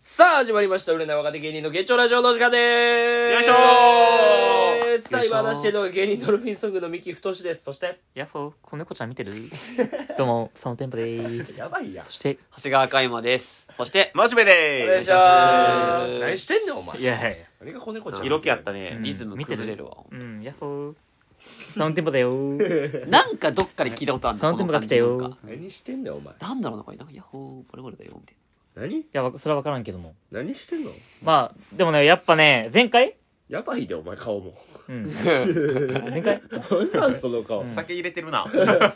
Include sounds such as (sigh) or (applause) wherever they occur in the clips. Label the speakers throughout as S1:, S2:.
S1: さあ、始まりました。売れない若手芸人の現状ラジオの時間でーす。
S2: よいしょー
S1: さあ、今出しているのが芸人ドルフィンソングの三木太志です。そして、
S3: ヤッホー、子猫ちゃん見てる (laughs) どうも、サノテンポでーす。
S1: やばいや
S3: そして、
S2: 長谷川赤山です。そして、
S4: マチベ
S1: お願
S4: で
S1: い
S4: ー
S1: し
S4: す。
S1: まーす。何してんねん、お前。
S3: いやいやいや、
S1: 何が子猫ちゃん。
S4: 色気あったね。
S2: リズム崩れるわ。
S3: うん、ヤッホー。サノテンポだよー。
S2: なんかどっかで聞いたことある
S3: サウンドテンポが来たよ
S2: なんか
S1: 何してんねん、お前。
S2: なんだろうな、これ。なんか、ヤッホー、バレバレだよ、みたい
S1: 何
S3: いや、わそれはわからんけども。
S1: 何してんの
S3: まあ、でもね、やっぱね、前回
S1: やばいで、お前、顔 (laughs) も。
S3: うん。 (laughs)
S2: な。
S3: 前回
S1: 何なん、その顔。
S4: 酒入れてるな。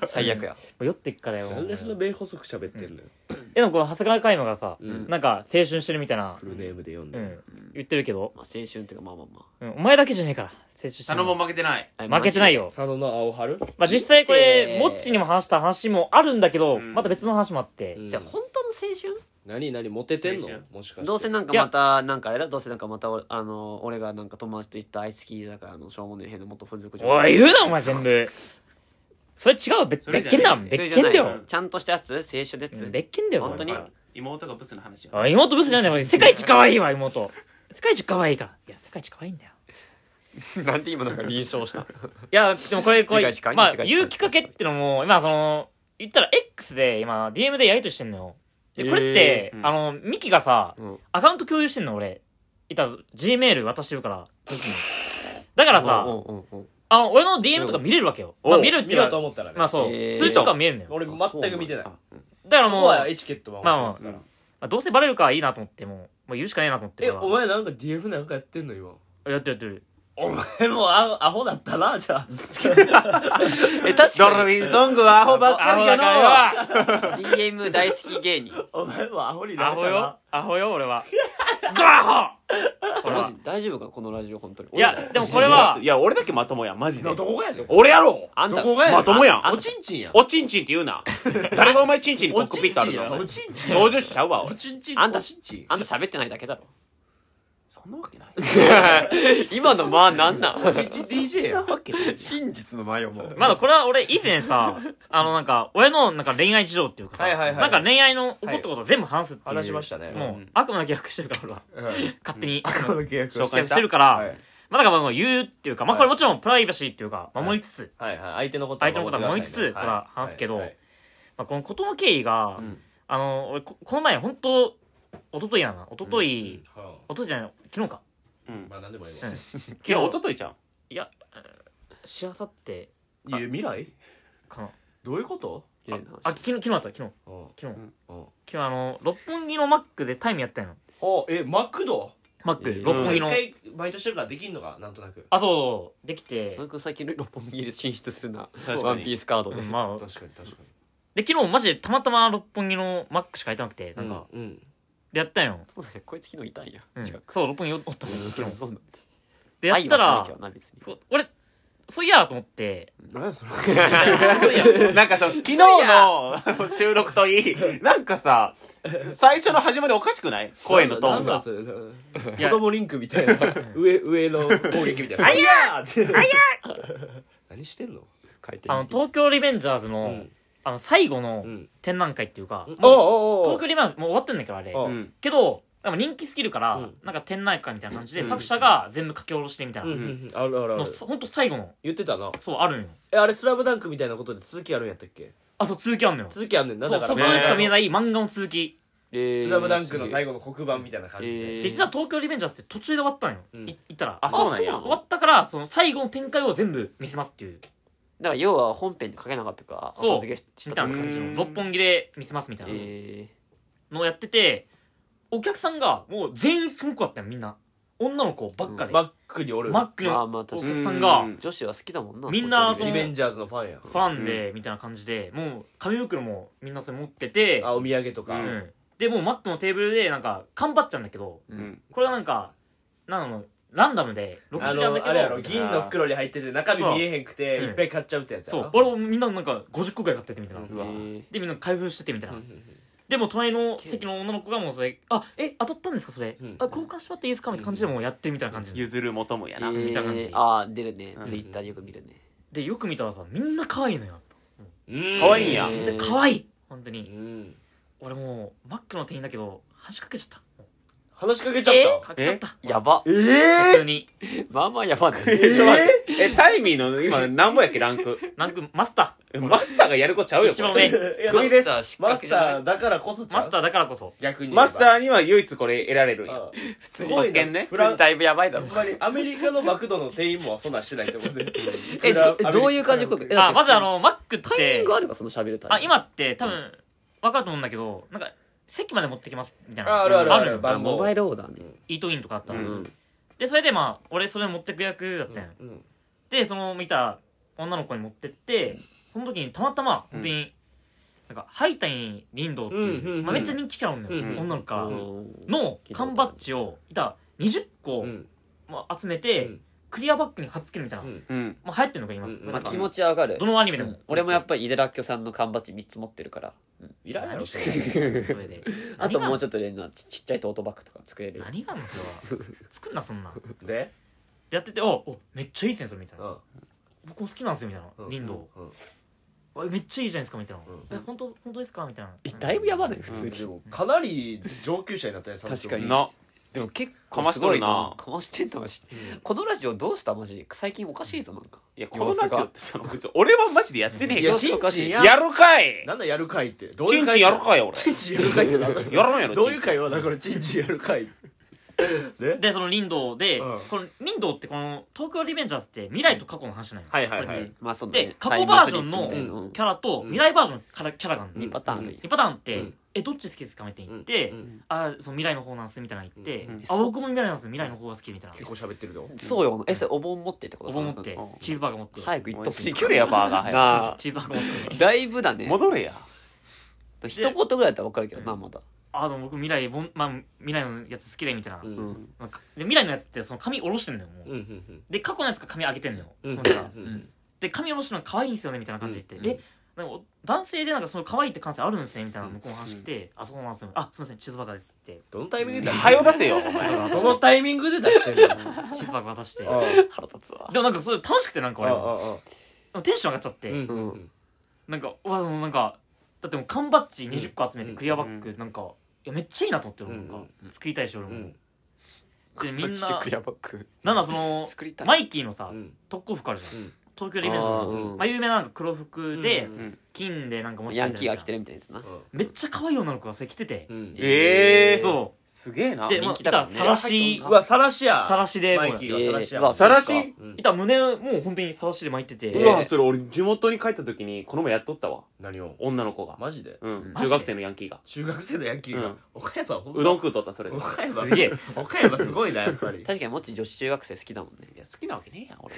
S2: 最悪や。
S3: 酔ってっからよ。
S1: なんでその目細く喋ってんのよ。
S3: え、でもこの長谷川海馬がさ、
S1: うん
S3: なんか青春してるみたいな
S1: フ、ルネームで読ん
S3: う
S1: で。
S3: ん、言ってるけど、
S2: まあ、青春っていうか、まあまあま
S3: うん、お前だけじゃねえから、青春して
S4: 佐
S3: る
S4: 野
S3: の。
S4: も負けてない。
S2: あ。
S3: (laughs) 負けてない。よ。
S1: 佐野の青春
S3: まあ実際こ
S2: 見
S3: れ、
S2: て
S3: モッチにも話した話もあるんだけど、
S4: ん
S3: また別の話もあって、
S1: うん
S2: じゃあ、本当の青春
S1: 何何モテてんの
S4: 青春
S1: もしかして。
S2: どうせなんかまた、なんかあれだ、どうせなんかまた、俺あの、俺がなんか友達と行ったアイスキーだから、あの、しょうもねえ変な元風俗
S3: おい、言うな、お前全部。それ違う、別
S4: それ
S3: 別
S4: じゃ
S3: 件だ、
S4: ない
S2: それ
S3: 別
S2: じゃ
S3: 件
S2: な
S3: だ
S2: い
S3: よ。
S2: ちゃんとしたやつ青春のや
S3: うん
S2: つ
S3: 別件だよ、
S2: 本当に
S3: それ
S4: 妹がブスの話よ。
S3: あ、妹ブスじゃないよ、世界一可愛いわ、妹。世界一可愛いから。いや、世界一可愛いんだよ。
S2: なんで今なんか臨床した。
S3: いや、でもこれ、こ
S2: 世界
S3: れ
S2: 一可愛、い
S3: まあ
S2: 世、界一可愛い
S3: 言うきっかけってのも、今、その、言ったら X で、今、DM でやりとりしてんのよ。で、これって、
S4: えーうん
S3: あの、ミキがさ、
S2: うん
S3: アカウント共有してんの、俺。いた、Gmail 渡してるから、だから
S2: うん
S3: さ、
S2: うん
S3: (laughs)
S2: うんうん
S3: あの、俺の DM とか見れるわけよ。
S4: お
S3: まあ、見るって
S1: 見
S3: いう
S1: ようと
S3: か、
S1: 思ったらね。
S3: まあそう、
S2: えー
S3: 通知とか見えるのよ。
S1: 俺、全く見てない。
S2: あ
S3: だから
S1: そ
S3: も
S1: こ
S3: う、
S1: はエチケットは守ってますから。
S3: まあ、どうせバレるからいいなと思ってもう、もう言うしかねえなと思って
S1: え、
S3: 俺は
S1: お前なんか DF なんかやってんの今。
S3: やってるやってる
S1: お前もアアホだったな、じゃあ。 (laughs)
S2: え、確
S4: ドル
S2: か
S4: フ
S2: に、
S4: ィンソングはアホばっかりじゃのう。
S3: の
S2: DM 大好き芸人。
S1: お前もアホにな
S3: ア
S1: れ
S3: ホ
S1: たな
S3: よ。アホよ俺はドアホ俺
S2: マ
S3: は
S2: ジ大丈夫かこのラジオ本当に
S3: いやでもこれはい
S4: や、俺だけまともや、マジで
S1: な。どこがやねん。
S4: 俺やろ
S2: あんた
S1: どこがやねん。
S4: まともやん
S1: あおちんちんやん。
S4: おちんちんって言うな。誰がお前ちんちんにコックピットある
S1: やん。お
S4: の
S1: ちんちんやん。
S4: 掃除しちゃうわ、
S1: お
S4: 俺。
S1: ちんちん。
S2: あんた
S1: おちんちん。
S2: あんた喋ってないだけだろ
S4: そんなわけない。
S2: (laughs) 今の間な
S4: (laughs)
S2: んなん
S1: ちんちん DJ やん。
S4: わけない。
S2: 真実の前をもう
S3: まだこれは俺以前
S1: (laughs)
S3: さあのなんか俺のなんか恋愛事情っていうかさ、
S1: はいはいはい
S3: なんか恋愛の起こったことを全部話すっていう、
S1: 話しましたね。
S3: もう悪魔の契約してるから俺は
S1: うん。うん
S3: 勝手に
S1: この契約
S4: 紹
S1: を
S3: 契
S4: 介
S3: 約
S4: し
S3: したてるから、
S1: はい
S3: まあだからまあ言うっていうかまあこれもちろんプライバシーっていうか守りつつ、
S1: はいはい。相手のことは
S3: 相手のことは守りつつ
S1: 守ってくださいね
S3: から話すけど
S1: はいはい
S3: まあ、このことの経緯が、
S2: うん
S3: あの俺ここの前本当一昨日やな一昨日、
S1: は
S3: 一昨日じゃない昨日か
S4: うん
S1: あ。まあ何でもいいわ
S3: うん。
S4: いや、おとといちゃん。
S3: しあさって
S4: いや、未来
S3: かな
S1: どういうこと
S3: ああ昨日昨日だった昨日
S1: うん
S3: 昨日
S4: ん
S1: うん
S3: 昨日あの六本木のマックでタイムやったんや
S1: おえ、マクド
S3: マック、
S2: えー
S3: 六本木
S1: 一
S3: の、
S1: 回バイトしてるからできんのかなんとなく。
S3: あそうそうできて
S2: 佐野君最近六本木で進出するな
S4: かに
S2: ワンピースカード
S3: う
S2: で
S3: んまあ
S1: 確かに確か
S3: で昨日マジでたまたま六本木のマックしか空いてなくてな
S1: に。
S3: んか、
S1: うんうん。
S3: でやったんよ、
S2: そうだよこいつ昨日いたんや
S3: うん
S2: 違う
S3: そう六本木おったの
S2: 昨
S3: 昨
S2: 日
S3: 日
S2: そうなんだ
S3: でやった
S2: 愛は
S3: ら
S2: しないけどな別に
S3: そう俺そういやなと思って
S4: 何やそれなんかその昨日のあの収録といいなんかさ最初の始まりおかしくない声のトーンが
S3: い
S1: 子
S3: や
S1: 供リンクみたいな上上の攻撃みたいな「あいや!」何してんの
S2: 回転
S3: あの東京リベンジャーズの、
S1: うん
S3: あの最後の
S1: うん
S3: 展覧会っていうか、
S1: おう
S3: もう
S1: おう
S3: 東
S1: おう
S3: 京リベンジャーズもう終わってんだけどあれ
S1: お
S4: うん
S3: けどでも人気すぎるから、
S1: うん
S3: なんか展覧会みたいな感じで、
S4: うん
S3: 作者が全部書き下ろしてみたいな、
S1: うんうんうんあるあるあ
S3: の
S1: る
S3: そほんと最後の
S1: 言ってたな
S3: そうあるんよ
S1: えあれ「スラムダンクみたいなことで続きあるんやったっけ
S3: あそう続きあんのよそう
S1: 続きあんねんなだか
S3: そ
S1: ら
S3: こ
S4: ね
S3: でしか見えない漫画の続き、
S1: ス
S2: ス
S1: ラムダンクの最
S2: 後
S1: 後の黒板みたいな感じ
S3: で
S1: で、
S3: 実は東京リベンジャーズって途中で終わったんよ、
S1: うん
S3: い行ったら
S4: あそうなんや
S3: 終わったからその最後の展開を全部見せますっていう
S2: だから要は本編で書けなかったから
S3: そう
S2: 後付けした
S3: み
S2: った
S3: いな感
S2: て感じ
S3: じ
S4: う
S3: の
S4: ん
S3: 六本木で見せますみたいな
S2: え
S3: のをやっててお客さんがもう全員すごかったよみんな女の子ばっかで、
S1: マックにおる
S3: マック
S2: ーまあ
S3: の
S2: まあ
S3: お
S2: 確か
S3: 客
S2: に
S3: さんが
S4: うん
S2: 女子は好きだもんな
S3: みんな
S2: 東京
S3: そ
S2: リ
S1: リ
S3: の
S2: ベン
S1: ベンジャーズのファンや
S3: ファンでみたいな感じでもう紙袋もみんなそれ持ってて、
S1: あお土産とか、
S4: う
S3: うんん、でもうマックのテーブルでなんか頑張っちゃうんだけど
S4: うん
S3: これはなんかなんだろうランダムで6
S1: あ
S3: 種類あるんだけ
S1: の
S3: ど
S1: あれやろ銀の袋に入ってて中身見えへんくて
S3: そう
S1: いっぱい買っちゃうってやつや
S3: そ
S1: ろ
S3: う俺もみんななんか50個ぐらい買っててみたいな、
S1: う
S2: ジャーズ
S3: でみんな開封しててみたいな、
S1: うんうん
S3: でも隣の席の女の子がもうそれ「あえ当たったんですかそれ、
S1: うん
S3: あ交換しまっていいですか?」みたいな感じでもうやってるみたいな感じで,、
S4: 譲るもともや
S2: え
S4: な、
S2: ー
S3: みたいな感じ
S2: ああ出るね
S4: うん
S2: ツイッターでよく見るね
S3: でよく見たらさみんな可愛いのよ
S1: うん
S4: 可愛いんや
S2: え
S3: で
S2: ー
S3: 可愛い本当
S1: う
S3: に
S1: ん
S3: 俺もうマックの店員だけど恥かけちゃった
S1: 話しかけちゃった。
S2: かけちゃった。やば。
S1: え
S3: 普
S1: え
S3: 通に。
S2: まあまあやばね。 (laughs)
S4: え、ちょ、待って。え、タイミーの今何本やっけ、ランク。
S3: なんか、マスタ
S4: えマスターがやることちゃうよ、
S3: 一
S4: こ
S3: 番
S4: れ。
S3: 上
S1: いや
S4: 首です
S1: マスターマスターだからこそ
S3: ー。
S1: ちゃう
S3: マスターだからこそ。
S1: 逆に言えば
S4: マスターには唯一これ得られるんや。
S1: うんす
S4: ご
S1: ご
S4: い
S1: い
S4: ね
S1: ねフ
S2: 普
S1: ラ
S2: 通
S1: ン
S2: にだいぶやばいだろ
S1: ほん。まにアメリカのマクドの店員もそんなんしてないってことで
S2: (laughs) え、どどういう感じのことえだっ
S3: あ、
S2: て
S3: まずあの、マックっ
S2: タイミン
S3: て
S2: グ、あるか、その喋るタイミン
S3: あ、
S2: グ。
S3: 今って多分、わかると思うんだけど、なんか、席まで持ってきます、みたいな。
S1: ああるあるある
S3: のよ
S1: 番
S2: あ、
S1: 号
S2: モバイルオーダーね。
S3: イートインとかあった
S2: う
S3: の。
S2: ん。
S3: で、それでまあ、俺それ持ってく役だったんよ、
S1: うん
S3: で、その見た女の子に持ってって、その時にたまたま、本当に、なんか、ハイタイ林道っていう、
S1: うんうんうん
S3: まあ、めっちゃ人気キャラおんのよ、
S1: うんうん
S3: 女の子から、
S2: うん
S3: の缶バッジを、いた20個、
S1: うん
S3: まあ、集めて、
S1: うん
S3: クリアバッグに貼っつけるみたいな。
S1: うん
S4: うん。
S3: まあ、流行ってんのか、今。
S1: うんうん
S2: ま
S3: な
S2: あ
S3: んか
S2: 気持ちはわかる
S3: ど。のアニメでも。
S2: 俺もやっぱり、井出らっきょさんの缶バッジ3つ持ってるから。
S1: いらないの
S3: 何それで。
S2: (laughs) あともうち
S3: ょっ
S2: ょっとでなちちっちゃいトートバッグとか作れるよ。
S3: 何があんのそれ
S1: (laughs)
S3: は。作んな、そんな。
S1: で
S3: でやってて、おおめっちゃいいですね、それ、みたいな。
S1: ん
S3: 僕も好きなんですよ、みたいな。
S1: うん
S3: リンドウ。
S1: うん
S3: あめっちゃいいじゃないですかみたいな、
S1: うん
S3: え本当本当ですかみたいな
S2: えだいぶやばない普
S1: う
S2: 通
S1: ん
S2: に。
S1: でもかなり上級者になったね
S2: 確かに
S4: な。
S2: でも結
S4: かましとるな
S2: すごいかましてんのがし、このラジオどうしたマジで最近おかしいぞなんか。
S4: いや、このラジオってその、別に俺はマジでやってねえ
S1: い
S4: よ
S1: や。チンチンや
S4: やるかい
S1: なんだやるかいってど
S4: チンチンやるかい
S1: い
S4: 俺。
S1: チンチンやるかいってなんだ
S4: やらんやろ
S1: どういう会話だからチンチンやるかいね
S3: でその林道で、
S1: うん
S3: この林道ってこの東京リベンジャーズって未来と過去の話なんよ、
S4: はいはいはい
S3: これって
S2: まあその
S3: で過去バージョンの
S2: タイムスリップみたいなうん
S3: キャラと未来バージョンのキャラキャラがあるの
S2: 二パターンあるよ
S3: 2パターンって、
S1: うん
S3: えどっち好きですかみたいな言って、
S1: うん
S3: あその未来の方なんすみたいな言って、
S4: うんうん
S3: あ僕も未来なんす未来の方が好きみたいな
S1: 結構喋ってるぞ
S2: そうよ。えそれお盆持ってってこと？
S3: お盆持って
S2: その
S4: うん
S3: チーズバーガー持って
S2: うん早く行ってほしいけ
S4: 作
S2: ど。
S4: れや、バーガー早く。
S2: なあ。
S3: チーズバーガー持っ
S1: (laughs)
S3: て
S2: だいぶだね。
S4: 戻れや。
S2: 一言ぐらいだったらわかるけどなまだ。
S3: あでも僕未来ぼん、まあ、未来のやつ好きでみたいな、
S1: うん
S2: うん。
S3: なんかで未来のやつってその髪下ろしてんのよもう、
S1: うんうん
S3: で過去のやつが髪上げてんのよ、
S1: うん
S3: そんなら
S1: うんうん
S3: で髪下ろしてるの可愛いんですよねみたいな感じで言って、
S1: うん
S3: えなんかお男性でなんかその可愛いって感性あるんですねみたいな向こうの話来て、あそうなんですよあすいませんチーズバーガーです
S1: (laughs)
S3: って
S1: どのタイミングで出し
S4: はよ出せよ、お前。
S1: そ (laughs) のタイミングで出してるの
S3: チーズバーガー渡して
S1: あ
S2: 腹立つわ。
S3: (laughs) でもなんかそれ楽しくてなんか
S1: ああ
S3: 俺も
S1: ああ
S3: テンション上がっちゃって、
S1: うんうん
S3: なんかうわでもなんかだってもう缶バッジ20個集めて
S1: うん
S3: クリアバッグなんか、いやめっちゃいいなと思ってる
S1: うん
S3: なんか作りたいし俺も、
S1: うん
S3: でみん
S2: マジで
S3: な
S2: クリアバッグ。
S3: なんだその
S2: 作りたい
S3: マイキーのさ、
S1: うん
S3: 特攻服あるじゃん、
S1: うん
S3: 東京リベンジャーズ
S2: あー
S3: の、
S2: うん
S3: まあ、有名ななんか黒服で、
S1: うん
S4: うん
S3: 金でなんか持って
S2: ヤンキーが来て
S3: る
S2: るみたいなやつな。
S3: めっちゃ可愛い女の子がそれ着てて、
S1: うん
S4: ええー。
S3: そ
S4: すげえな。
S3: うで
S2: 人
S3: まあ
S2: 気
S3: い
S2: だ
S3: た
S2: から
S3: ら
S2: ね
S3: さらし
S1: うわさらしや
S3: さらしで
S1: マイキーがさらし
S2: えーうわ
S1: や
S4: さらし
S1: うん
S3: いた胸もう本当にさらしで巻いてて、
S4: う
S2: え
S4: わ、
S2: ー
S4: それ俺地元に帰った時に、この前やっとったわ。
S1: 何を
S4: 女の子が。
S1: マジで
S4: うん。中
S3: マジで
S4: 学生のヤンキーが。
S1: 中学生の野球
S4: う
S1: が
S4: ん
S1: 岡山ほん
S4: うどん食うとった、それで。い
S1: 岡山
S3: す
S1: (laughs)
S3: げえ
S1: 岡山すごいなやっぱ
S2: (laughs)
S1: り
S2: 確かにもっち女子中学生好きだもんね。
S4: や、好きなわけねえやん、俺。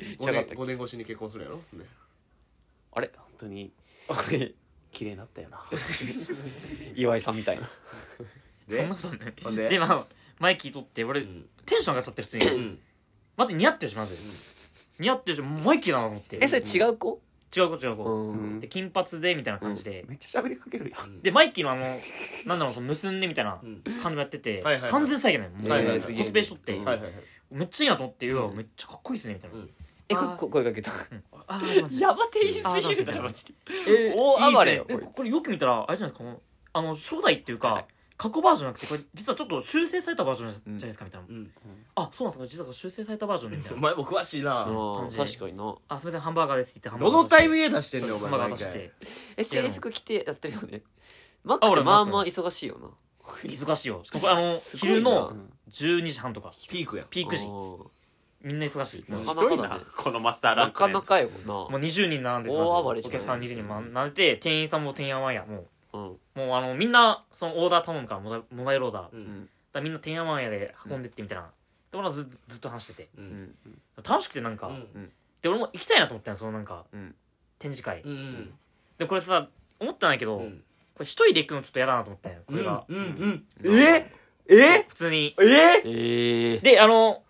S1: 5
S2: 違か
S1: 年
S2: ったっけ
S1: 5年越しに結婚するやろね
S2: あれ
S4: 本当に、
S2: あれ
S4: 綺麗になったよな。
S2: 岩井さんみたいな。
S3: そんなことない
S1: ほんで
S3: でまあマイキー取って俺、
S1: うん
S3: テンション上がっちゃって普通に、
S1: ん
S3: まず似合ってるしまず、似合ってるしマイキーだなと思って
S2: えそれ違う子？
S3: 違う子違う子、
S4: ん
S3: で金髪でみたいな感じで、
S4: めっちゃ喋りかけるやん。
S3: でマイキーのあのなんだろうその結んでみたいな
S1: うん
S3: 感じもやってて、
S1: はいはいはい
S3: 完全再現ないもう、
S1: はいはいはい
S3: コスプレしとって、
S2: うん
S1: はいはいはい
S3: めっちゃいいなと思って、うわめっちゃかっこいいですねみたいな、
S1: うん
S2: え
S3: あー
S2: こ声かけた。
S3: あーあります
S2: (laughs) やば店員すぎるだろマジで。大暴れよ
S3: いいですねえこれよく見たらあれじゃないですかこのあの初代っていうか過去バージョンじゃなくてこれ実はちょっと修正されたバージョンじゃないですかみたいな、
S1: うん
S3: あそうなんですか実はこれ修正されたバージョンみた
S1: お
S3: いな
S1: 前も詳しいな
S2: あ
S3: 感
S2: ー
S3: じ
S2: 確かにな。
S3: あすみませんハンバーガーですって言ってハンバ
S1: ど
S3: ーガー
S1: のタイミ
S3: ン
S1: ングで出してんねんお
S3: ハ
S1: 前
S3: ンバーガー
S1: 毎
S3: 出し
S1: 回
S3: てい
S2: え
S3: や
S2: 制服着てやってるよね。マッ
S3: あ
S2: クっ
S3: 俺
S2: て
S3: も
S2: まあまあ忙しいよな。
S3: 忙しいよしかもこれあの
S2: すごいな
S3: 昼の12時半とか
S1: ピークやん
S3: ピーク時
S2: あ
S3: みんな忙しい、
S2: うん
S4: ひどいな、このマスター
S2: ー
S4: ラ
S2: な
S4: ンク
S2: か
S4: のや
S2: な
S4: つ。
S2: かよ
S3: も
S2: な。
S3: う20人並んでて
S2: 大暴れじ
S3: お
S2: ゃない
S3: 客さん20人並んでて店員さんも店員ワンやも
S2: うん。
S3: うもうあのみんなそのオーダー頼むからモバイモバイルオーダー、だか
S1: うん
S3: らみんな店員ワンやで運んでってみたいな、で俺はずずっと話してて
S1: う
S2: うんん。
S3: 楽しくてなんか、で俺も行きたいなと思ったのそのなんか、
S2: うん
S3: 展示会、
S1: うんうん
S3: でこれさ思ったんだけど、
S1: うん
S3: これ一人で行くのちょっと嫌だなと思ったんよこれが、
S1: うんうんうんええ
S3: 普通に
S1: え
S2: ええ。
S3: であの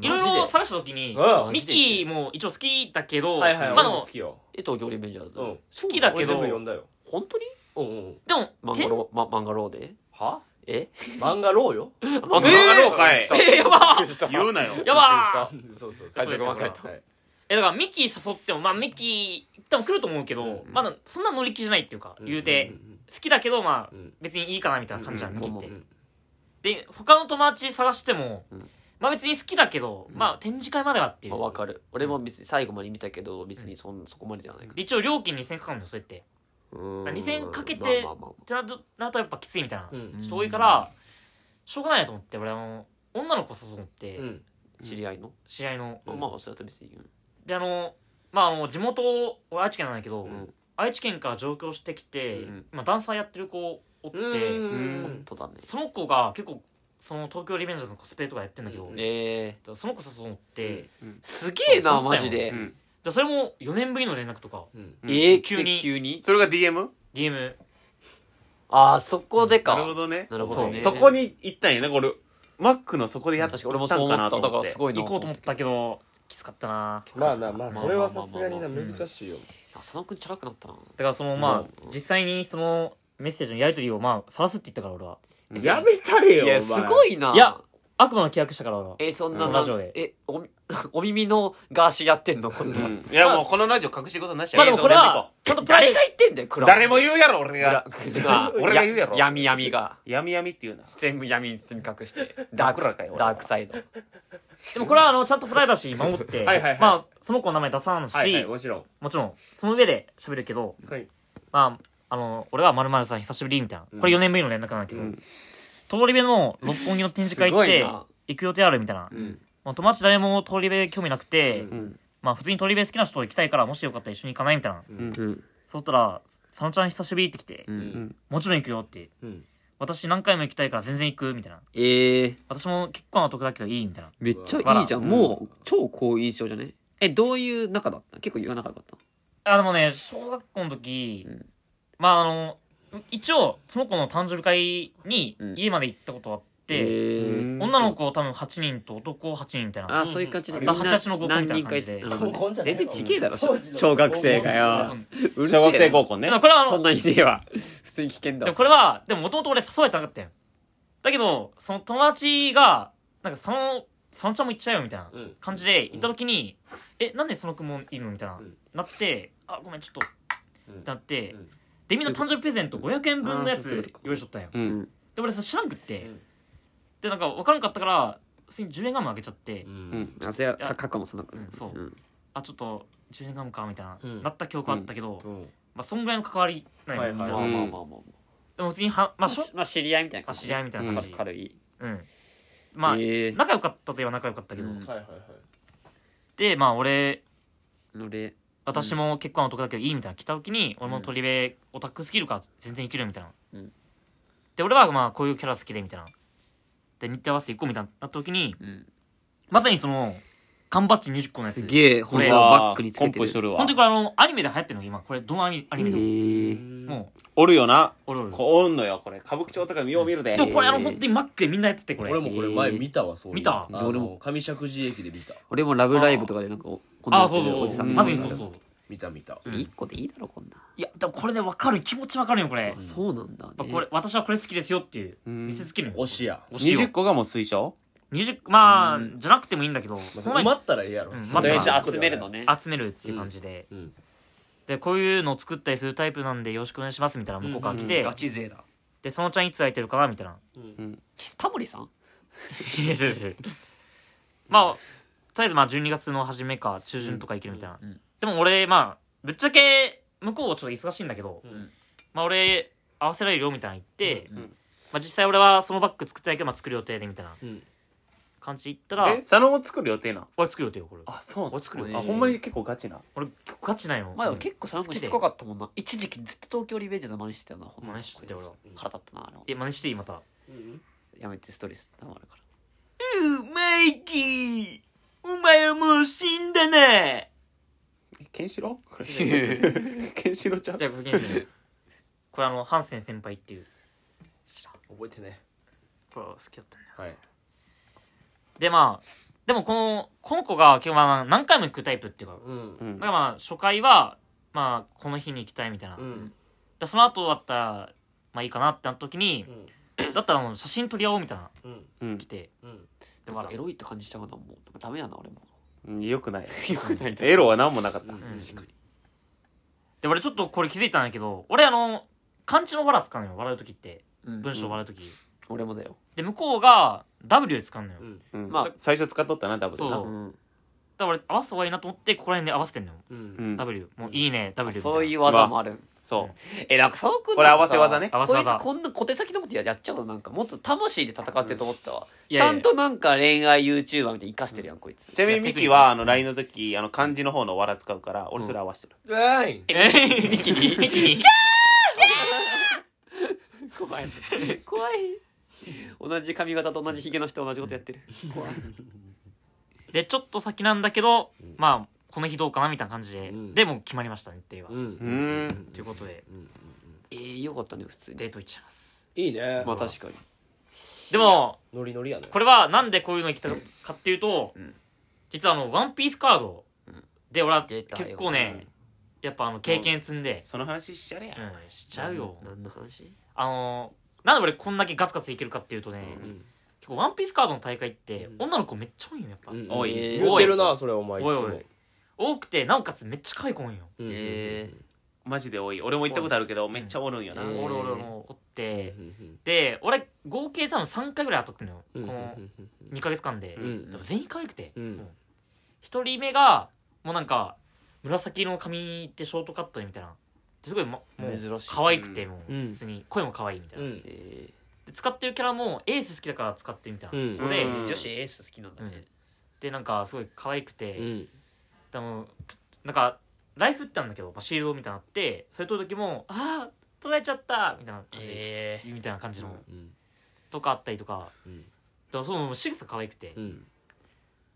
S3: いろ
S1: マジで
S3: いろ探した時に
S1: うん
S3: ミッキーも一応好きだけど、
S1: はいはい
S3: まあ
S1: 俺
S3: で
S1: も
S3: も
S1: 好きよ
S2: え東京リベンジャーズ。
S1: うん
S3: 好きだけ
S1: 俺
S3: ど
S1: 全部読んだよ
S2: 本当に？
S1: うんうん
S3: でも
S2: 漫
S3: て
S2: 画ローま漫画ローで？
S4: は
S2: え？
S1: 漫画ろうよ
S2: 漫画ロ
S4: 漫画ローかい
S2: えやば。
S4: 言うなよ。
S3: やばー
S1: (laughs) そうそうそう
S2: あじゃあごめんなさいと
S1: はい
S3: えだからミッキー誘ってもまあミッキー多分来ると思うけど、まだそんな乗り気じゃないっていうか、言うて、
S1: んうん
S3: 好きだけどまあ、
S1: うん
S3: 別にいいかなみたいな感じじゃん、
S2: うん
S3: ミッキーって、
S2: うん
S1: うん
S3: で他の友達探しても、まあ別に好きだけど、まあ展示会まではっていう、
S2: まあ、わかる俺も別に最後まで見たけど別にそんそこまでじゃないか
S3: で一応料金2000かかるのそうやって
S2: うーん
S3: 2000かけて
S2: まあまあまあまあ
S3: ってなるとなるとやっぱきついみたいな、
S1: うん
S3: 人多いからしょうがないなと思って俺あの女の子誘って、
S1: うん
S2: 知り合いの、
S3: 試合の、
S2: まあそれだと別にいいよ
S3: であのまああの地元俺愛知県なんだけど、
S2: ん
S3: 愛知県から上京してきて、
S2: うん
S3: まあ、ダンサーやってる子おって、
S1: うん
S2: 本当だね
S3: その子が結構その東京リベンジャーズのコスプレとかやってんだけど、
S1: うん
S2: え
S3: その子誘って、
S2: ー、すげえなマジで、
S4: うん
S3: でそれも4年ぶりの連絡とか
S1: うん
S2: えー、
S3: 急に
S2: で急に
S4: それが DM?
S3: DM
S2: ああそこでか
S4: なるほどね。
S2: なるほどね
S4: そうそこに行ったんやね。俺、マックのそこでやった
S2: 確かに俺もそう
S4: ん
S2: 思
S4: か
S2: った
S4: なと
S2: だか
S4: 思っ
S2: ら
S4: て。
S2: すごいな
S3: 行こうと思ったけどきつかったな
S1: まあなま
S2: ま
S1: あ
S2: あ
S1: それはさすがに
S2: ま
S1: な
S2: あ
S1: 難しいよ
S2: いや佐野くんチャラくなったな
S3: だからそのまあ実際にそのメッセージのやり取りをまあ晒すって言ったから俺は
S1: やめたれよ
S4: いや
S1: お前
S2: すごいない
S3: や悪魔の契約したから俺は
S2: えそんな
S4: うん
S2: な
S3: ラジオで
S2: えお (laughs) みお耳のガーシーやってんのこんな、
S4: うんいや、もうこのラジオ隠し事なしや
S3: まあでもこれはちゃんとプライベ
S2: 誰
S3: ー
S2: が言ってんだよ
S4: え
S2: クラ
S4: 誰も言うやろ、俺
S2: クラ
S4: が。
S2: (laughs)
S4: (laughs) 俺が言うやろ
S2: 闇闇が
S4: 闇闇っていうな。
S2: 全部闇に包み隠
S4: (laughs)
S2: してダーク
S4: 真っ暗かよ俺は
S2: ダークサイド
S3: トでもこれはあのちゃんとプライバシー守って
S1: はいはいはい
S3: まあその子の名前出さんし、
S1: はいはいもちろん
S3: もちろんその上で喋るけど
S1: はい
S3: まああの俺はまるさん久しぶりみたいなこれ4年ぶりの連絡なんだけど、
S4: うん
S3: 通り部の六本木の展示会行っ
S2: す
S3: て
S2: ごいな
S3: 行く予定あるみたいな、
S2: ん
S3: まあ、友達誰も通り部興味なくて、
S4: ん
S3: まあ普通に通り部好きな人と行きたいからもしよかったら一緒に行かないみたいな、
S2: うん
S3: そうしたら「佐野ちゃん久しぶり」って来て、
S4: ん
S3: もちろん行くよ」って
S1: うん
S3: 「私何回も行きたいから全然行く」みたいな
S2: ええ
S3: 「私も結構な得だけどいい」みたいな
S2: めっちゃいいじゃんもう超好印象じゃねえどういう仲だった結構言わなかった
S3: あでもね小学校の時、まああの一応その子の誕生日会に
S2: うん
S3: 家まで行ったことあって、
S2: えー
S3: 女の子多分8人と男8人みたいな
S2: あーそういう感じで
S1: うん
S2: みんな
S3: ハチハチの合コンみたいな感じで
S2: 何人かいなるほどね
S1: 合コンじゃない
S2: 全然ちげえだろ
S1: 当時の
S2: 小学生がよ
S3: うん
S2: うるせえ
S4: 小
S2: な
S4: 学生合コンね
S3: で。もこれはあの
S2: そんなにねえわ普通に危険
S3: で
S2: だ
S3: もこれは、でももともと俺誘われてなかったよ。だけど、その友達が、なんかその、佐野ちゃんも行っちゃうよみたいな
S1: うん
S3: 感じで行った時に、え、なんで佐野くんもいるのみたいな、
S1: ん
S3: なって、あ、ごめん、ちょっと、
S1: うん
S3: ってなって、
S1: うん
S3: で、みんな誕生日プレゼント500円分のや
S2: あーそういうこ
S3: つ
S2: とか
S3: 用意しとったんよ。
S4: うん。
S3: で、俺それ知らんくって、
S1: ん
S3: で、なんか分からんかったから、普通に10円ガムあげちゃって、
S1: うん
S2: あそれは過去もそんなこと
S3: うんそうんあ、ちょっと、10円ガムか、みたいな、
S1: うん
S3: なった記憶あったけど、
S1: うん
S3: まあ、そんぐらいの関わりなんよ、
S1: はいはい
S3: みんな
S2: まあまあ
S4: うん
S2: まあまあ
S3: でも普通には、まあ、
S2: まあ
S3: しょ
S2: しまあ知り合いみたいな感じ
S3: まあ知り合いみたいな感じ
S2: うん軽い
S3: うん。まあ、
S2: えー
S3: 仲良かったといえば仲良かったけど、
S2: うん
S1: はいはいはい
S3: でまあ俺
S2: のれ
S3: 私も結構な男だけどいいみたいな来た時に、俺も鳥部オタクすぎるから全然いけるみたいな、
S2: うん
S3: で俺はまあこういうキャラ好きでみたいなで日程合わせて行こうみたいになった時に
S2: うん
S3: まさにその缶バッジ20個のやつ
S2: すげえ
S3: こ
S2: 本
S3: れ
S2: 当はバッグにつ
S4: コ
S2: け
S4: ン
S2: て
S4: プしと
S2: る
S4: るわ
S3: 本当。にこれあのアニメで流行ってるの今これどのアニアニメでも、
S2: え
S3: もう
S4: おるよな。
S3: おるおる
S4: こうおんのよ、これ。歌舞伎町とか見よう見るで
S3: で。もこれあの本当にマックでみんなやっててこれ
S5: 俺もこれ前見たわそういうの
S3: 見た
S5: あの
S2: 俺も
S5: 上石神井駅で見た
S2: 俺もラブライブとかでなんかおこんな
S3: あ
S2: や
S3: あ
S2: つで
S3: そう
S2: お
S3: そ
S2: じ
S3: う
S2: さ
S3: そうんまさにそうそう
S5: 見た見た
S2: 一個でいいだろこんない
S3: やでもこれね分かる気持ち分かるよこれ、やっ
S2: そうなんだね
S3: ぱこれ私はこれ好きですよっていう見せつけるよ
S5: 推しや
S3: 推しよ
S4: 20個がもう推奨
S3: 20まあ、じゃなくてもいいんだけど、その
S5: 埋
S3: 前に
S5: まったらええやろ
S3: うん
S2: と
S3: ま
S2: り
S3: た
S2: あえず集めるのね
S3: 集めるっていう感じで、
S1: うんうん
S3: でこういうのを作ったりするタイプなんでよろしくお願いしますみたいな向こうから来て、
S2: ガチ勢だ
S3: でそのちゃんいつ空いてるかなみたいな
S2: タモリさん
S3: (laughs) まあとりあえずまあ12月の初めか中旬とか行けるみたいな、でも俺まあぶっちゃけ向こうちょっと忙しいんだけど、
S1: ん
S3: まあ俺合わせられるよみたいな言って、
S4: ん
S3: まあ、実際俺はそのバッグ作ってないけど、まあ、作る予定でみたいな
S1: うん
S3: 感じで言ったら
S4: え、佐野も作る予定な。
S3: 俺作る予定よこれ
S4: あ、そう
S3: 俺作る
S4: あ、
S3: よ
S4: ほんまに結構ガチな。
S3: 俺結構価値ないもん
S2: まあでも結構寒くしつこかったもんな一時期ずっと東京リベンジャーズ真似してたよな
S3: 真似してたよ俺は
S2: 腹立ったなあれは
S3: え真似していいまた
S2: やめてストレス溜まるから
S3: マイキーお前はもう死んだな
S4: ケンシロウケンシロウちゃん
S3: じゃあごきげんようこれあのハンセン先輩っていう
S5: 覚えてね
S3: これ好きだったんだ
S5: は
S3: よ
S5: い
S3: でまあでもこのこの子が結構まあ何回も行くタイプっていうかだ
S1: うん
S4: うん
S3: からまあ初回はまあこの日に行きたいみたいな、
S1: うん
S3: でその後だったらまあいいかなってなった時に
S1: う、ん
S3: だったらもう写真撮り合おうみたいな
S1: うん
S4: うん
S3: 来て
S1: うん
S3: で
S2: な
S3: ま
S2: ん
S3: だ
S2: かエロいって感じしたかなもうダメやな俺も
S4: うん。よくない。
S2: よくない
S4: エロは何もなかった。
S3: うん
S2: 確かに
S3: で俺ちょっとこれ気づいたんだけど俺あの漢字のわら使うのよ笑う時って
S2: うん
S3: 文章を笑う時、
S2: 俺もだよ
S3: で向こうが W で使うのよ、
S5: うん
S4: うん
S2: まあ
S4: 最初使っとったなダブル
S3: そ
S4: な
S3: う
S2: うん
S3: だから俺合わせた方がいいなと思ってここら辺で合わせてんのよ、
S5: う
S4: うんん
S3: W もういいね W みたいな
S2: そういう技もある
S4: そう
S2: えなんか佐野君
S4: これ合わせ技ね
S3: 合わせ
S2: こい
S3: 技
S2: つこんな小手先のことやっちゃうのなんかもっと魂で戦ってると思ったわ
S3: い
S2: ち
S3: やいや
S2: ゃんとなんか恋愛 YouTuber みたいに生かしてるやんこいつ
S4: ちなみにミキはあの LINE の時あの漢字の方のわら使うから俺それ合わせてる
S1: わい
S3: えー、ミキにミキに
S2: 怖い怖い同じ髪型と同じヒゲの人同じことやってる怖い
S3: でちょっと先なんだけど、まあこの日どうかなみたいな感じで、
S5: うん
S3: でもう決まりました日程は、
S5: うん
S4: うーん
S3: ということで
S2: えー、よかったね普通に
S3: デート行っちゃいます
S1: いいね
S2: まあ確かに
S3: でも
S1: ノリノリやね
S3: これはなんでこういうの行ったかっていうと、実はあの「ワンピースカードで俺は
S2: 出
S3: 結
S2: たよ
S3: 構ねやっぱあの経験積んで、
S4: その話しちゃれや
S3: うんしちゃうよ、
S2: 何の話
S3: あのなんで俺こんだけガツガツいけるかっていうとね、
S5: ん
S3: 結構「ワンピースカードの大会って
S5: うん
S3: 女の子めっちゃ多いのやっぱ、
S5: うん
S2: おい
S3: えー
S1: 言ってるなそれお前いつ
S3: おいおい
S1: も
S3: 多くてなおかつめっちゃ可愛い子多いんよ、
S5: うん
S2: え
S4: マジで多い俺も行ったことあるけどめっちゃおるんよな
S2: うん
S3: 俺俺もおって、
S5: うん
S3: で俺合計多分3回ぐらい当たってんのよ、
S5: うん
S3: この
S5: うん
S3: 2ヶ月間で、
S5: うん
S3: でも全員可愛くて、
S5: うん
S3: 1人目がもうなんか紫の髪ってショートカットでみたいなですごい、ま、もう
S2: 珍しい
S3: 可愛くてもう
S5: うん
S3: 普通に声も可愛いみたいな、
S5: う
S2: ー
S5: ん
S2: え
S3: で使ってるキャラもエース好きだから使ってるみたいな子で、
S4: うん
S2: ー、女子エース好きなんだね、
S3: でなんかすごい可愛くて、
S5: うん
S3: でもなんかライフってあるんだけど、まあ、シールドみたいなのあってそれ取る時も「ああ取られちゃった!」みたいな感じで、
S2: え
S3: みたいな感じの、
S5: うん
S3: とかあったりとか
S5: うん
S3: でもその仕草可愛くて、
S5: うん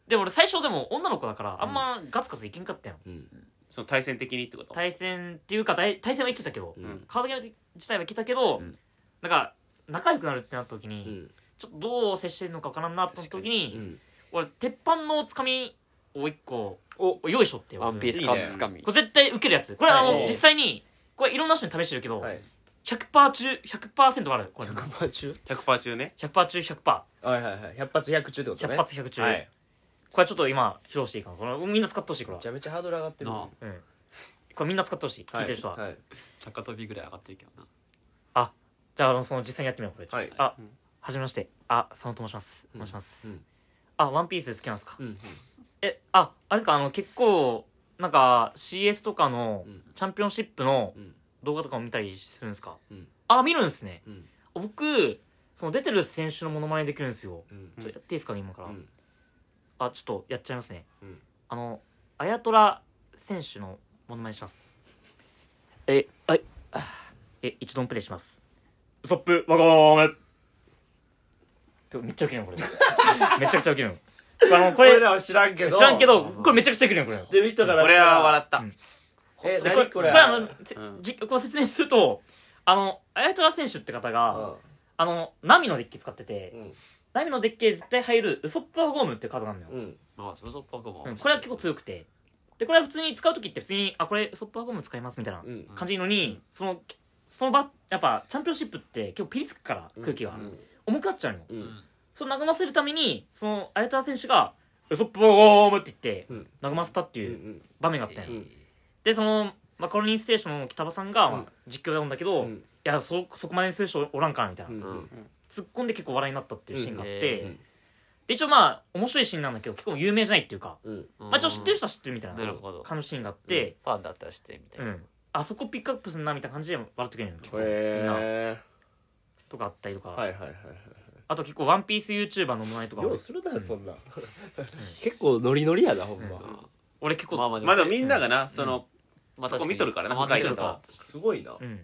S3: でも俺最初でも女の子だからあんまガツガツいけんかったよ、
S5: うん
S4: その対戦的にってこと
S3: 対戦っていうか対対戦はいけたけど、
S5: う
S4: うん
S5: ん
S3: カードゲーム自体はいけたけど、
S5: うん
S3: なんか仲良くなるってなった時に、
S5: うん
S3: ちょっとどう接してるのか分からんなってなった時に
S5: うん
S3: 俺鉄板のつかみを一個
S1: お
S3: 用意しとってよ
S2: ワンピースカードつかみ
S3: これ絶対受けるやつこれあの、
S2: はい
S3: 実際にこれいろんな人に試してるけど、
S1: (laughs) はい
S3: 100%中100%あるこれ
S1: 100発中
S4: 100%中ね
S3: 100%中 100%100
S1: はいはいはい100発100中ってことね
S3: 発100中、
S1: はい
S3: これちょっと今披露していいかなこれみんな使ってほしいこれ
S1: め
S3: は
S1: ちゃめちゃハードル上がってる
S2: なあ
S3: うん、これみんな使ってほしい聞いてる人は、
S1: はい
S2: 高跳びぐらい上がってるけどな
S3: じゃああのその実際にやってみようこれ、
S1: はい
S3: あ
S4: うん
S3: はじめましてあ佐野と申します
S5: うん
S3: 申します、
S5: うん
S3: あワンピース好きなんですか、
S5: うん
S3: えああれですかあの結構なんか CS とかの
S5: うん
S3: チャンピオンシップの
S5: うん
S3: 動画とかを見たりするんですか、
S5: うん
S3: あ見るんですね
S5: うん
S3: 僕その出てる選手のモノマネできるんですよ
S5: うん
S3: ちょっとやっていいですかね今から、
S5: うん
S3: あちょっとやっちゃいますね、
S5: うん
S3: あのアヤトラ選手のモノマネしますえはいあえ一度もプレイしますウソップわがままてかめっちゃウケるのこれめちゃくちゃウケるのあのこれ
S1: 俺らは知らんけど
S3: 知らんけどこれめちゃくちゃウケるのこれ
S1: で見たから
S4: 俺は笑った
S1: え
S3: でこれ
S1: 何
S3: こ
S1: こ
S3: れ
S1: れ
S3: あの、せ
S4: うん
S3: じこう説明するとあのアヤトラ選手って方が、あのナミのデッキ使ってて、
S5: うん
S3: ナミのデッキで絶対入るウソップワゴームっていうカードなんだよ、
S5: うん
S2: まあそれぞれパコも
S3: うんこれは結構強くてでこれは普通に使う時って普通にあこれウソップワゴーム使いますみたいな
S5: うん
S3: 感じのに、そのその場やっぱチャンピオンシップって結構ピリつくから空気が、
S5: うん
S3: 重くなっちゃうのよ
S5: うん
S3: それを和ませるためにそのアヤトラ選手がウソップワゴームって言って、
S5: うん
S3: 和ませたって
S5: う
S3: いうん場面があったんよ、
S5: うん
S3: でそのマカロニーステーションの北場さんが、まあ
S5: うん
S3: 実況なんだけど、
S5: うん
S3: いやそそこまでにする人おらんからみたいな、
S5: うん
S2: うん
S3: 突っ込んで結構笑いになったっていうシーンがあって、
S2: うん
S5: うん
S3: で一応まあ面白いシーンなんだけど結構有名じゃないっていうか、
S5: うん
S2: ま
S3: まあ一応知ってる人は知ってるみたいな
S2: なるほど
S3: 感じのシーンがあって、
S2: ファンだったら知ってるみた
S3: う
S2: い
S3: ん
S2: な、
S3: あそこピックアップすんなみたいな感じで笑ってくれるの結構みんな
S5: へえ
S3: とかあったりとか、
S5: はいはいはいはい
S3: あと結構「ワンピース YouTuber のもないとか
S5: よ
S3: 俺
S5: うするなそんな結構ノリノリやなほんま
S3: 俺結構、
S2: まあまあでも
S4: まだみんながなその
S2: まあ
S4: そこ見とるからな
S2: まあ確に
S4: 見とるから
S5: すごいな
S3: うん、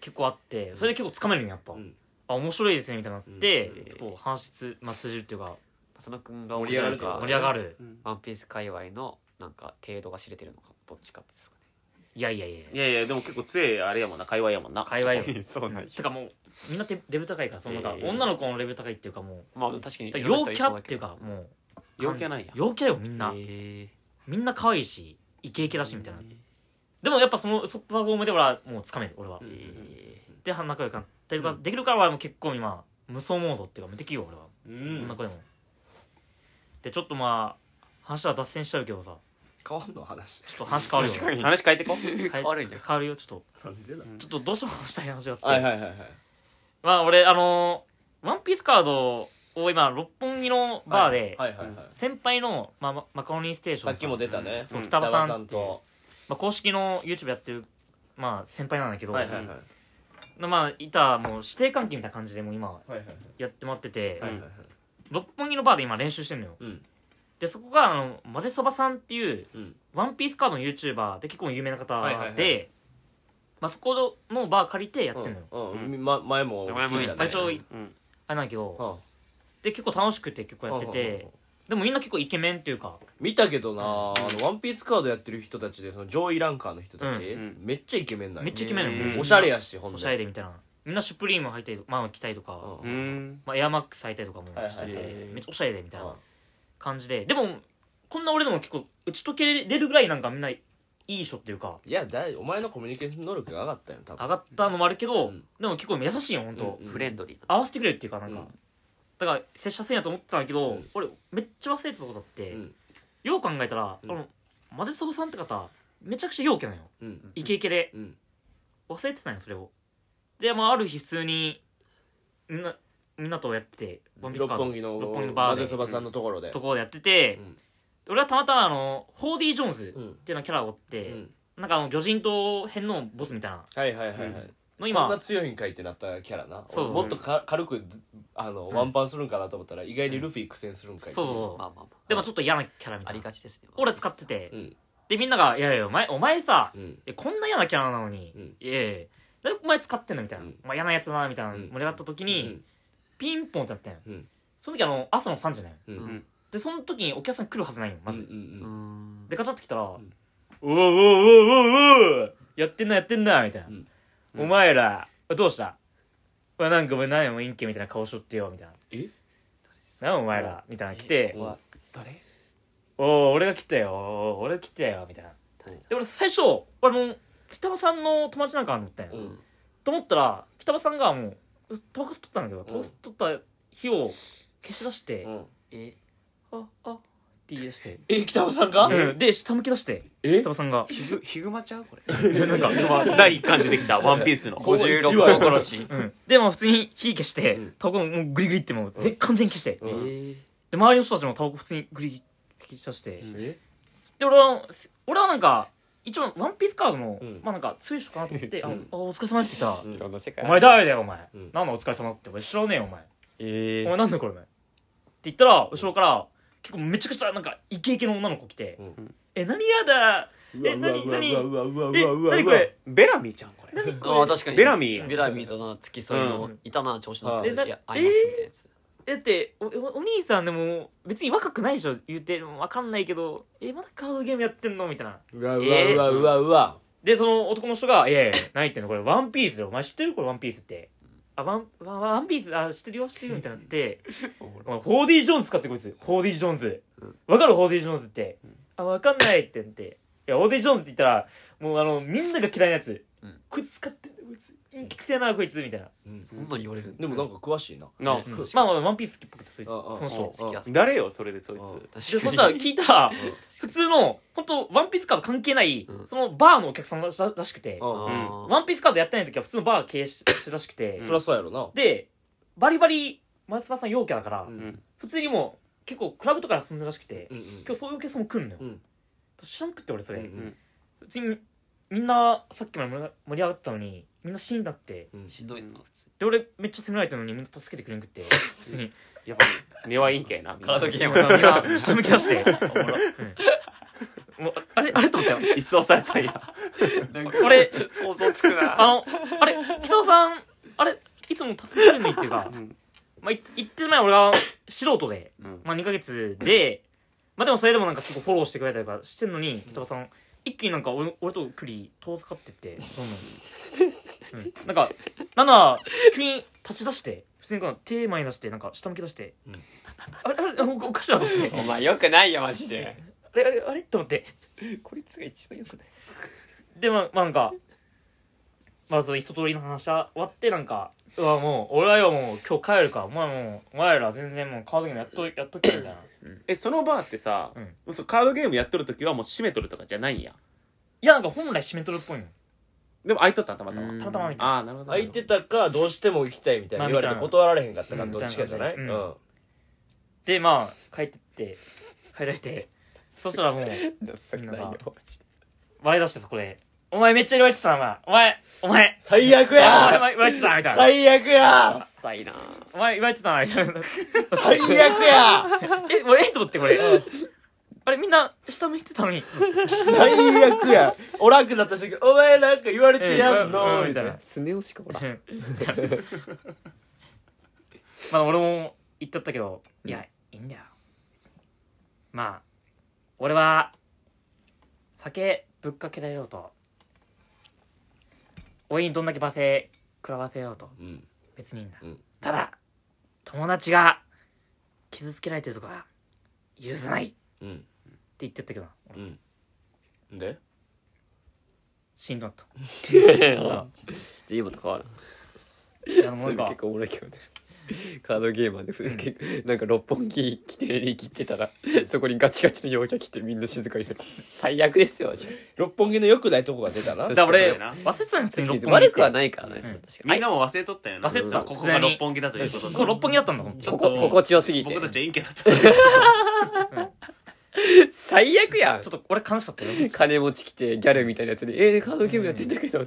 S3: 結構あってそれで結構つかめるのやっぱ、
S5: うん
S3: あ面白いですねみたいになって、
S2: うん
S3: 結構話しつ、まあ、通じるっていうか
S2: 佐野くんが
S5: 盛り上がると
S2: か
S3: 盛り上がる
S2: ワンピース界隈のなんか程度が知れてるのかどっちかですかね
S3: いやいやいや
S4: いやいやでも結構強いあれやもんな会話やもんな
S3: 界隈よ
S4: そうなんよ
S3: てかもうみんなてレベル高いからそのなんか
S2: えー
S3: 女の子のレベル高いっていうかも
S2: まあ確かに
S3: う陽キャっていうかもう
S4: 陽キャなんや
S3: 陽キャよみんな、
S2: え
S3: みんな可愛いしイケイケだしみたいな、でもやっぱそのソップワゴームで俺はもうつかめる俺は、
S5: うん
S2: え
S3: で仲良くなったりとかできるから俺はもう結構今無双モードっていうかできるよ俺は、
S4: う
S3: 女の
S4: ん
S3: 子でもでちょっとまあ話は脱線しちゃうけどさ
S5: 変わんの話
S3: ちょっと話変わるよ
S4: 話変えてこ
S3: 変え
S2: 変わるんだ
S3: 変わるよちょっと
S5: なんでだ
S3: ちょっとどうしても話したい話があって、
S5: はいはいはいはい
S3: まあ俺あのーワンピースカードを今六本木のバーで
S1: はいはいはいはい
S3: 先輩の、まあま、マカロニステーション
S1: さ
S3: さん
S1: っきも出たね
S3: そ
S4: う
S3: う
S4: ん
S3: 北場
S1: 北場
S3: さ
S1: さ
S3: ん
S1: ん
S3: と
S1: と、
S3: まあ、公式の YouTube やってる、まあ、先輩なんだけど、
S1: はいはいはい
S3: まあいたもう指定関係みたいな感じでもう今は
S1: はいはい
S3: やってもらってて、
S1: はいはいはい
S3: 六本木のバーで今練習してるのよ
S1: うん
S3: でそこがあのまぜそばさんっていう、
S1: うん
S3: ワンピースカードの YouTuber で結構有名な方で、
S1: はいはいはい
S3: まあ、そこのバー借りてやってんのよ、
S1: うんうんま前も
S2: 前も
S1: 聞
S2: 言
S1: い
S2: って
S1: た
S2: た
S3: 最
S1: ね
S3: 長い
S2: うん
S3: あれなんだけど、
S1: うん
S3: で結構楽しくて結構やって
S1: うんうんうん
S3: て
S1: うん
S3: でもみんな結構イケメンっていうか
S1: 見たけどなあのワンピースカードやってる人たちでその上位ランカーの人たち
S2: うんうん
S1: めっちゃイケメンなんよ
S3: めっちゃイケメンなの、
S2: うん
S3: みんな
S1: おしゃれやしほんで
S3: おしゃれでみたいなみんなシュプリーム履いたりまあ着たりとか、
S1: うん
S2: うん
S3: まあ、エアマックス履いたりとかもして
S1: はい
S3: て、
S1: はい
S2: はい
S3: めっちゃおしゃれでみたい
S1: うん
S3: な感じででもこんな俺でも結構打ち解けれるぐらいなんかみんないい人っていうか
S1: いやだいお前のコミュニケーション能力が上がったよ多
S3: 上
S1: 分
S3: がったのもあるけど、
S1: うん
S3: でも結構優しいよ本当、
S1: うん
S2: フレンドリー
S3: 合わせてくれるっていうかなんか、
S1: うん
S3: だから拙者せんやと思ってたんだけど、
S1: うん
S3: 俺めっちゃ忘れてたことあって、
S1: うん
S3: よう考えたら、
S1: うん
S3: あのマデソボさんって方めちゃくちゃ陽気なのよ
S1: うん
S3: イケイケで
S1: うん
S3: 忘れてたんよそれをで、まあ、ある日普通にみんなみんなとやっててワンピース
S1: 六
S3: カード
S1: 本木の
S3: 六本木のバー
S1: 混ぜ
S3: で
S1: そばさんのところで
S3: ところでやってて、
S1: うん
S3: 俺はたまたまあの 4D ジョーンズっていうのキャラを追っ
S1: う
S3: て、
S1: ん
S3: なんかあの魚人と変のボスみたいな
S1: はいはいはいはい
S3: の
S1: そん
S3: 今
S1: な強いんかいってなったキャラな
S3: そうそう
S1: もっとか軽くずあの、
S3: ん
S1: ワンパンするんかなと思ったら意外にルフィ苦戦するんかい
S3: そうそう
S1: う
S3: そう、
S2: まあまあまあ
S3: でもちょっと嫌なキャラみた
S2: あ
S3: い
S2: り
S3: な
S2: がちですね
S3: 俺は使ってて、
S1: ん
S3: でみんなが「いやいやお前お前さ、
S1: うん
S3: えこんな嫌なキャラなのに、
S1: うん
S3: いやいやだいぶお前使ってんのみたいな、
S1: うん
S3: まあ、嫌なやつだなみたいな
S1: うん
S3: 盛り上がった時に、ピンポンってなったんよ、
S1: うん
S3: その時あの朝の3時なんよ
S1: うんうん
S2: ん
S3: でその時にお客さん来るはずないよまず、
S1: うんうん
S2: う
S1: うん
S2: ん
S3: でガチャってきたら「おうんおうおうおうおうやってんなやってんな」みたいな、
S1: うん
S3: お前らどうしたうわなんかお前何もいいんけみたいな顔しとってよ」みたいな「
S1: え
S3: なんお前ら」みたいなの来て
S1: 怖い
S2: 誰
S3: 「おお俺が来たよおー俺が来たよ」みたいなで俺最初俺もう北場さんの友達なんかあんのって、
S1: うん
S3: と思ったら北場さんがもううタバコ吸っとったんだけどタバコ吸っとった火を消し出して、
S1: うん
S2: え
S3: ああって言い出して、
S1: え北尾さんが、
S3: うん、で下向き出して
S1: え
S3: 北場さんが
S2: ヒグヒグマちゃうこれ
S3: (laughs) なんか
S4: 第1巻でできたワンピースの
S1: こ
S2: 56話殺し
S3: うん、でも普通に火消して、
S1: うん
S3: タバコもうグリグリってもう、ぜ完全に消して、
S1: う
S2: え
S1: ん
S2: ー
S3: で周りの人たちもタバコ普通にグリグリって消し出して、
S1: え
S3: で俺は俺はなんか一応ワンピースカードの、
S1: うん
S3: まあなんか強い人かなと思って「あ
S1: うん
S3: あお疲れ様です」って言ったら
S1: うん
S5: いろんな世界
S3: お前誰だよお前、
S1: うん
S3: 何のお疲れ様ってお前知らねえよお前、
S5: え
S3: お前なんだこれお前って言ったら後ろから結構めちゃくちゃなんかイケイケの女の子来て「
S1: うん
S3: え何やだえ
S1: うわ
S3: 何
S1: うわ
S3: 何
S1: うわうわうわうわう
S3: え
S1: わうわ
S3: 何これ
S4: ベラミーちゃんこれ
S2: ああ確かに
S4: ベラミー
S2: ベラミーとな付き添いのいたな調子乗って
S1: うん
S3: えない
S2: やアイマスみたいなやつ
S3: だっておおお兄さんでも別に若くないでしょ言うて分かんないけどえまだカードゲームやってんの?」みたいな
S1: うわうわうわうわうわ
S3: でその男の人が「いやいや何言ってんのこれワンピースだよお前知ってるこれワンピースって」あワンワンワンピースあ知ってるよ知ってるよみたいになって「お前 4D ジョーンズ使ってこいつ 4D ジョーンズわかる 4D ジョーンズって」あわかんない」って言って「いや 4D ジョーンズって言ったらもうあのみんなが嫌いなやつ、
S2: うん
S3: こいつ使ってんだこいついいくせやなこいつ」みたいな、
S2: そんなん言われるんだ
S1: でもなんか詳しいな
S4: な
S3: うんまあまあワンピース好きっぽくてそいつ
S1: ああ
S3: その人
S2: 好きや好き
S4: 誰よそれでそい
S1: あ
S4: つ
S3: で
S2: 確
S3: そ
S2: かに
S3: したら聞いたら普通の本当ワンピースカード関係ない、そのバーのお客さんらしらしくて、
S1: うん
S2: あー
S3: ワンピースカードやってない時は普通のバー経営ししてるらしくて、
S1: そりゃそうやろな
S3: でバリバリ松田さん陽キャだから、
S1: うん
S3: 普通にもう結構クラブとかで遊んでるらしくて、
S1: うんうん
S3: 今日そういうお客さんも来るのよ、
S1: うん
S3: 知らんくって俺それ、
S1: うん
S4: うん
S3: 普通にみんなさっきまで盛り上が盛り上がったのにみんなシーンになって
S2: しんどいな普通
S3: で俺めっちゃ責められたのにみんな助けてくれんくって普通に
S4: やっぱり根はいいんけえな
S2: カラードゲ
S3: み
S2: ー
S3: ん
S2: ムだ
S3: な (laughs) 下向き出
S1: (laughs)
S3: して、うんもうあれあれと思ったよ
S4: 一掃されたんや
S2: なんか
S3: これ
S2: 想像つくな
S3: あの、あれ、北尾さん、あれ、いつも助けてくれないっていうか、
S4: ん
S3: まあ、い言ってしまえば俺は素人で、
S4: うん
S3: まあ2ヶ月で、まあでもそれでもなんか結構フォローしてくれたりとかしてんのに、北尾さん、一気になんか俺俺とクリ遠ざかってって、どんどん。うん、なんか、なんなら、急に立ち出して、普通になんか手前に出して、なんか下向き出して、
S1: うん
S3: あれ、あ (laughs) れ、おおかしいなと思って、
S5: お前よくないよマジで
S3: あれ、あれ、あれと思って。
S5: こいつが一番よくない
S3: でまあまあなんかまあその一通りの話は終わってなんかうわもう俺はよもう今日帰るからお前もうお前ら全然もうカードゲームやっとや (coughs) っとけみたいない
S4: えそのバーってさ
S3: うん
S4: 嘘カードゲームやっとる時はもう閉めとるとかじゃないんや
S3: やなんか本来締めとるっぽいの
S4: でも開いとったんたまたま
S2: うん
S3: たまたま見て
S4: ああなるほど
S1: 空いてたかどうしても行きたいみたいな言われて
S3: まあみたいな
S1: 断られへんかったから
S3: うん
S1: どっちかじゃない
S3: みた
S1: う
S3: い
S1: ん
S3: な感でまあ帰ってって帰られてそしたらもうみんなが笑い出してそこで「お前めっちゃ言われてたなお前お前お前
S2: 最悪
S3: お前
S2: や
S3: 言われてたな」みたいな
S2: 最悪や
S3: 「いなお前言われてたな」みたいな
S2: 最悪や
S3: え俺えと思ってこれあれみんな下向いてたのに
S2: 最悪やおらんくなった瞬間、お前なんか言われてやん
S3: う
S2: の
S3: ん
S2: みたいな。
S5: スネ夫しかおらん
S3: うん (laughs) まあ俺も言っとったけど、いやいいんだよまあ俺は酒ぶっかけられようとおいにどんだけ罵声食らわせようと
S1: うん
S3: 別にいいんだ、
S1: うん
S3: ただ友達が傷つけられてるとかは許さないって
S1: うん
S3: 言ってったけどな
S1: うんで
S3: しんどかっ
S2: じゃ今と変わる。
S3: たいやもう一
S5: 結
S3: 個
S5: 構おもろいけどね (laughs) カードゲーマーで、 (laughs) 結構なんか六本木規定に切ってたら (laughs) そこにガチガチの陽キャ来てみんな静かになる最悪ですよマジで
S1: 六本木の良くないとこが出たな
S3: だから俺
S4: 確かに
S3: 忘れてたの普通に六本木
S2: 悪くはないいからね、
S3: うん
S2: 確か
S4: みんなも忘れとったよな
S3: 忘れてた
S4: ここが六本木だということ
S3: これ六本木だったんだもん
S4: ちょ
S2: に。こ
S4: っと
S2: こ、心地よすぎて
S4: 僕。たち陰キャだった
S5: 最悪やん
S3: ちょっと俺悲しかったよ。
S5: 金持ち来てギャルみたいなやつで「えー、カードゲームやってんだけど」ま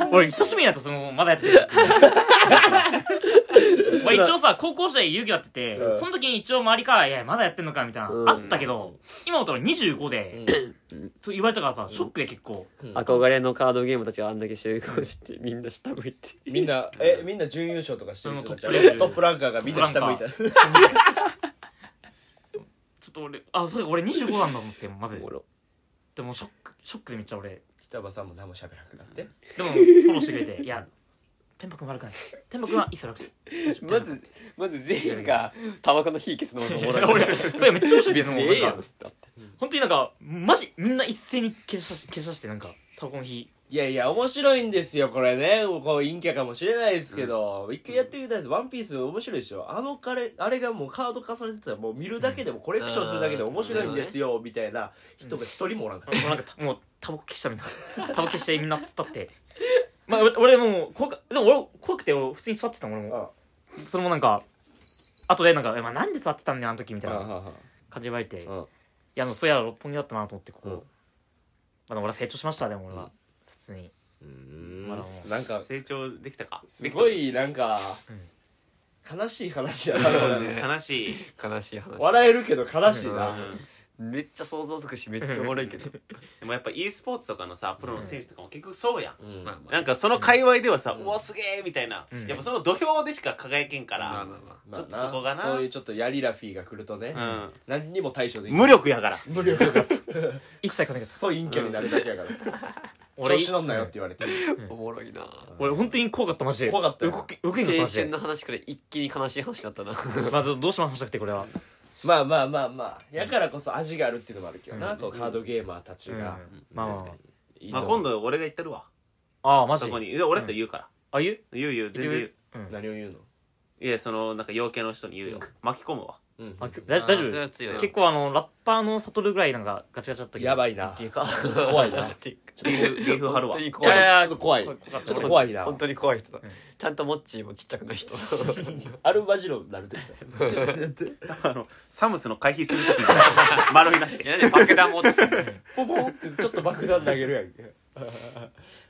S5: だ
S3: 俺久しぶりにやったその、まだやってる。俺一応さ、高校時代遊戯やってて、
S2: うん
S3: その時に一応周りから、いや、まだやってんのかみたいな、
S5: うん
S3: あったけど、今思ったら25で、そう言われたからさ、ショックで結構。
S5: 憧れのカードゲームたちがあんだけ集合してみんな下向いて
S1: みんなえみんな準優勝とかしてる人たち
S3: それもトップレベル
S1: トップランカーがみんな下向いた
S3: トちょっと俺、あ、そうだ俺25なんだと思って、まず
S5: お。もろ
S3: でもショック、ショックでめっちゃ俺。
S1: 北場さんも何も喋らなくなって
S3: でも、フォローしてくれて、いや、天馬くん悪くない。天馬くんは一切悪くない。
S5: まずまず全員がタバコの火消すのがおもろい
S3: (laughs) 俺、それめっちゃ面白い
S5: 別にええやんっつって
S3: 本当になんか、マジ、みんな一斉に消しさし消しさして、なんか、タバコの火。
S1: いやいや面白いんですよこれねこう陰キャかもしれないですけど、一回やってみたいですワンピース面白いでしょあの彼あれがもうカード化されてたらもう見るだけでもコレクションするだけで面白いんですよ、みたいな人が一人もおらんかった、
S3: もうなんかたもうタバコ消したみんなタバコ消してみんな突っ立ってまあ俺俺もう怖かでも俺怖くて俺普通に座ってたもん俺もそれもなんか後でなんかえ「まあ、なんで座ってたんだよあの時」みたいな感じで言われて、
S1: うん
S3: いやあのそういや六本木だったなと思ってここ、
S1: うん
S3: まあでも俺は成長しましたでも俺は、普通に
S1: うん
S3: まだもう
S1: なんか
S4: 成長できたか
S1: すごいなんか、悲しい話やなこれね
S4: 悲しい
S5: 悲しい話
S1: 笑えるけど悲しい
S4: うん
S1: な、
S5: めっちゃ想像つくしめっちゃおもろいけど
S4: でもやっぱ e スポーツとかのさプロの選手とかも結局そうやん
S1: うん
S5: まあまあ
S4: なんかその界隈ではさ、うおすげえみたいな、
S3: ん
S4: やっぱその土俵でしか輝けんか
S5: ま
S4: ら、
S5: あまあまあ
S1: まあな
S4: ちょっとそこがな
S1: そういうちょっとヤリラフィーが来るとね、
S4: うん
S1: 何にも対処できない
S4: 無力やから
S1: 無力が
S3: 一切考えて
S1: クソ陰キャになるだけやから、
S3: 俺
S1: 調子乗んなよって言われて
S5: おもろいな
S3: 俺本当に怖かったマジで
S1: 怖かったよ
S3: 動け動けんかった
S5: 青
S3: マジ
S5: 春
S3: で、
S5: の話から一気に悲しい話だったな
S3: まあ、どどうしましたっけこれは
S1: まあまあまあまあやからこそ味があるっていうのもあるけどな、こうカードゲーマーたち
S3: うん
S1: が、
S3: まあまあま
S1: いいと
S4: まあ、
S1: 思う
S4: 今度俺が言ってるわ
S3: あああマジ
S4: そこにいや俺だって言うから、
S3: あ言う
S4: 言う言う全然言う
S3: うん
S1: 何を言うの
S4: いやそのなんか養鶏の人に言うよ、巻き込むわ
S1: うん
S3: あきだ大丈
S5: あーそれは強い
S3: 夫
S5: な
S3: 結構あのラッパーの悟るぐらいなんかガチガチだったけど
S1: やばいな
S3: っていうか
S1: 怖いなちょっ
S4: ビーフビーフ貼るわ
S5: 本当に
S1: と
S5: 怖い
S1: ちょっと怖い
S3: 怖
S1: ちょ
S3: かった
S1: っと怖いな
S5: 本当に怖い人だ
S3: ん
S5: ちゃんとモッチーもちっちゃくない人
S1: アルバジロになるぜみたいな
S4: あのサムスの回避する時に (laughs) 丸になって
S5: やで爆弾を落とす
S1: ポポンってちょっと爆弾投げるやんけ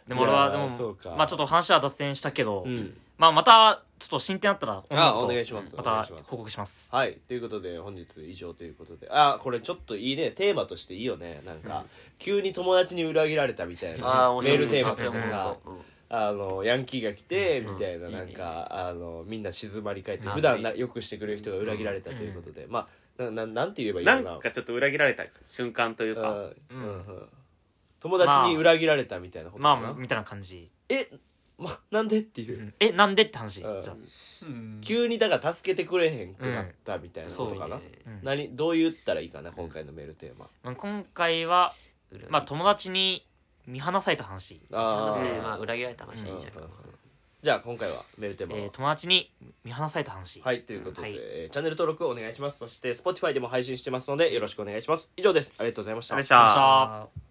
S3: でも俺はいで
S1: や
S3: も
S1: ーそうか
S3: まあちょっと話は脱線したけど、
S1: ん
S3: まあまたちょっと進展あったら
S1: あお願いします
S3: ま
S1: お願
S3: た
S1: いします
S3: 報告します
S1: はいということで本日以上ということであこれちょっといいねテーマとしていいよねなんか急に友達に裏切られたみた
S5: あ
S1: い
S5: ー
S1: な
S5: 面
S1: メ
S5: 白い
S1: ールテーマとしてさ
S5: そうそうそう
S1: あのヤンキーが来てみたいな
S5: うん
S1: なんかあのみんな静まり返って
S3: うん
S1: 普段なよくしてくれる人が裏切られたということでまあなななんて言えばいい
S4: な
S1: の
S4: ん
S1: か
S4: かちょっと裏切られた瞬間という
S1: な
S4: か
S1: うんうん友達に裏切られたみたいなこと
S3: ま
S1: か
S3: あ
S1: な
S3: みたいな感じ、
S1: えまなんでっていううん
S3: えなんでって話じゃ
S1: うん
S3: あ
S1: 急にだから助けてくれへんくなったみたいなことか
S5: そ
S1: な
S5: うね
S3: うん
S1: 何どう言ったらいいかな今回のメールテーマ
S3: まあ、今回は、まあ、友達に見放された話、
S1: あ
S5: 話
S1: ー
S5: せまあ裏切られた話いいじゃん
S1: じゃあ今回はメールテーマ
S3: え
S1: は、
S3: ー友達に見放された話
S1: はいということで、
S3: はい
S1: えーチャンネル登録お願いしますそして Spotify でも配信してますのでよろしくお願いします以上ですありがとうございました
S4: ありがとうございました
S3: あ
S5: あー